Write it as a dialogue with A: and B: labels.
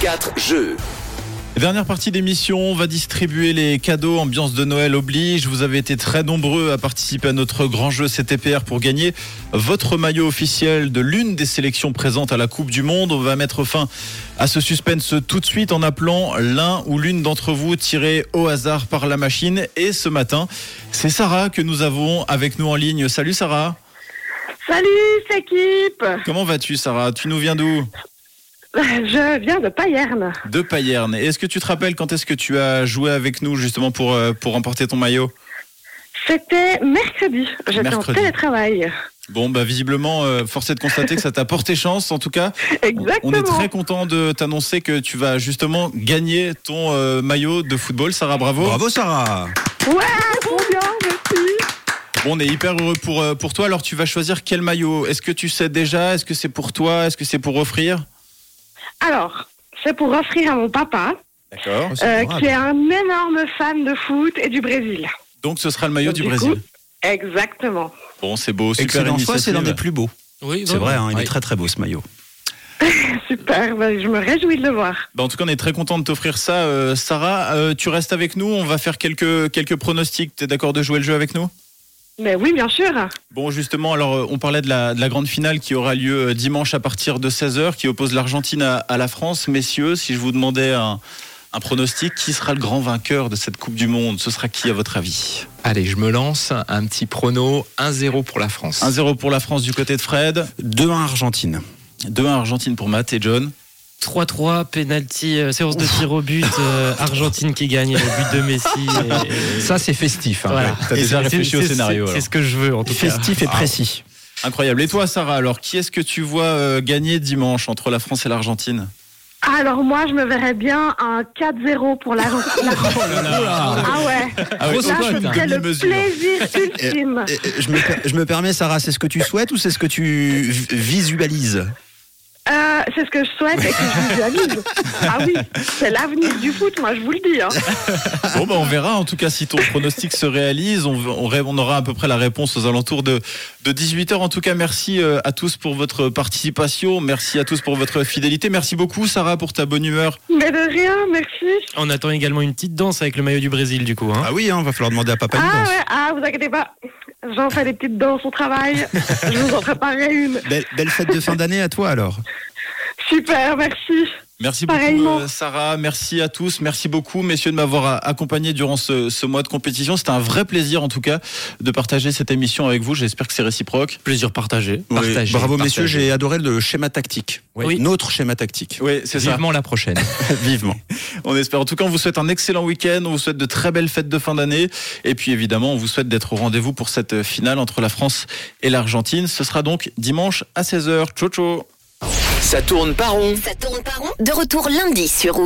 A: 4 jeux.
B: Dernière partie d'émission, on va distribuer les cadeaux, ambiance de Noël oblige. Vous avez été très nombreux à participer à notre grand jeu CTPR pour gagner votre maillot officiel de l'une des sélections présentes à la Coupe du Monde. On va mettre fin à ce suspense tout de suite en appelant l'un ou l'une d'entre vous tiré au hasard par la machine. Et ce matin, c'est Sarah que nous avons avec nous en ligne. Salut Sarah,
C: Salut, c'est l'équipe
B: comment vas-tu Sarah Tu nous viens d'où
C: Je viens de Payerne.
B: De Payerne. Est-ce que tu te rappelles quand est-ce que tu as joué avec nous justement pour, euh, pour remporter ton maillot
C: C'était mercredi. J'étais en
B: Mercredi.
C: télétravail.
B: Bon, bah visiblement, euh, force est de constater que ça t'a porté chance. En tout cas, on-
C: Exactement.
B: on est très content de t'annoncer que tu vas justement gagner ton euh, maillot de football. Sarah, bravo.
D: Bravo Sarah
C: Ouais, trop bien, merci.
B: Bon, on est hyper heureux pour, euh, pour toi. Alors, tu vas choisir quel maillot Est-ce que tu sais déjà Est-ce que c'est pour toi Est-ce que c'est pour offrir
C: Alors, c'est pour offrir à mon papa,
B: D'accord.
C: euh, qui est un énorme fan de foot et du Brésil.
B: Donc, ce sera le maillot du,
C: Du
B: Brésil.
C: coup- Exactement.
B: Bon, c'est beau. Super
D: Excellent choix, c'est
B: initiative.
D: l'un des plus beaux.
E: Oui,
D: C'est vrai, hein, il
E: Ouais.
D: est très très beau ce maillot.
C: Super, ben, je me réjouis de le voir.
B: Bah, en tout cas, on est très content de t'offrir ça, euh, Sarah. euh, tu restes avec nous. On va faire quelques, quelques pronostics. T'es d'accord de jouer le jeu avec nous
C: Mais oui, bien sûr.
B: Bon, justement, alors euh, on parlait de la, de la grande finale qui aura lieu euh, dimanche à partir de 16h, qui oppose l'Argentine à, à la France. Messieurs, si je vous demandais un, un pronostic, qui sera le grand vainqueur de cette Coupe du Monde Ce sera qui, à votre avis
E: Allez, je me lance un petit prono 1-0 pour la France.
B: 1-0 pour la France du côté de Fred,
D: 2-1 Argentine.
B: 2-1 Argentine pour Matt et John.
F: 3-3, penalty, euh, séance de tir au but, euh, Argentine qui gagne le but de Messi. et- et-
E: Ça, c'est festif. hein.
F: voilà.
B: T'as
F: Et
B: déjà
F: c'est-
B: réfléchi
F: c'est-
B: au
F: c'est-
B: scénario,
F: C'est
B: alors.
F: c'est ce que je veux en tout cas. Ah.
D: Festif et précis.
B: Incroyable. Et toi, Sarah, alors qui est-ce que tu vois euh, gagner dimanche entre la France et l'Argentine
C: Alors moi, je me verrais bien un 4-0 pour la... la-
B: Oh
C: Ah ouais,
B: Ah oui,
E: Grosse
C: là,
B: aucune
E: cote, hein.
C: c'est le
B: demi-mesure.
C: plaisir ultime.
D: Eh, eh, Je me, per- je me permets Sarah, c'est ce que tu souhaites ou c'est ce que tu vi- visualises
C: Euh, c'est ce que je souhaite et que je visualise. Ah oui, c'est l'avenir du foot, moi je vous le dis. hein.
B: Bon, bah, on verra en tout cas si ton pronostic se réalise. On, on, ré- on aura à peu près la réponse aux alentours de, de 18h. En tout cas, merci euh, à tous pour votre participation. Merci à tous pour votre fidélité. Merci beaucoup, Sarah, pour ta bonne humeur.
C: Mais de rien, merci.
F: On attend également une petite danse avec le maillot du Brésil du coup. hein.
D: Ah oui, hein, va falloir demander à papa une
C: Ah
D: danse.
C: ouais, ah vous inquiétez pas, j'en fais des petites danses au travail. Je vous en préparerai une.
D: Belle, belle fête de fin d'année à toi alors.
C: Super, merci.
B: Merci beaucoup,
C: Pareillement.
B: euh, Sarah. Merci à tous. Merci beaucoup, messieurs, de m'avoir a- accompagné durant ce, ce mois de compétition. C'était un vrai plaisir, en tout cas, de partager cette émission avec vous. J'espère que c'est réciproque.
F: Plaisir partagé.
E: Partagez,
D: Bravo
E: partagez.
D: messieurs, j'ai adoré le schéma tactique.
F: Oui.
D: Notre schéma tactique.
B: Oui, c'est ça.
E: Vivement la prochaine.
B: Vivement. On espère. En tout cas, on vous souhaite un excellent week-end. On vous souhaite de très belles fêtes de fin d'année. Et puis, évidemment, on vous souhaite d'être au rendez-vous pour cette finale entre la France et l'Argentine. Ce sera donc dimanche à 16h. Ciao, ciao.
A: Ça tourne pas rond.
G: Ça tourne pas rond De retour lundi sur Rouge.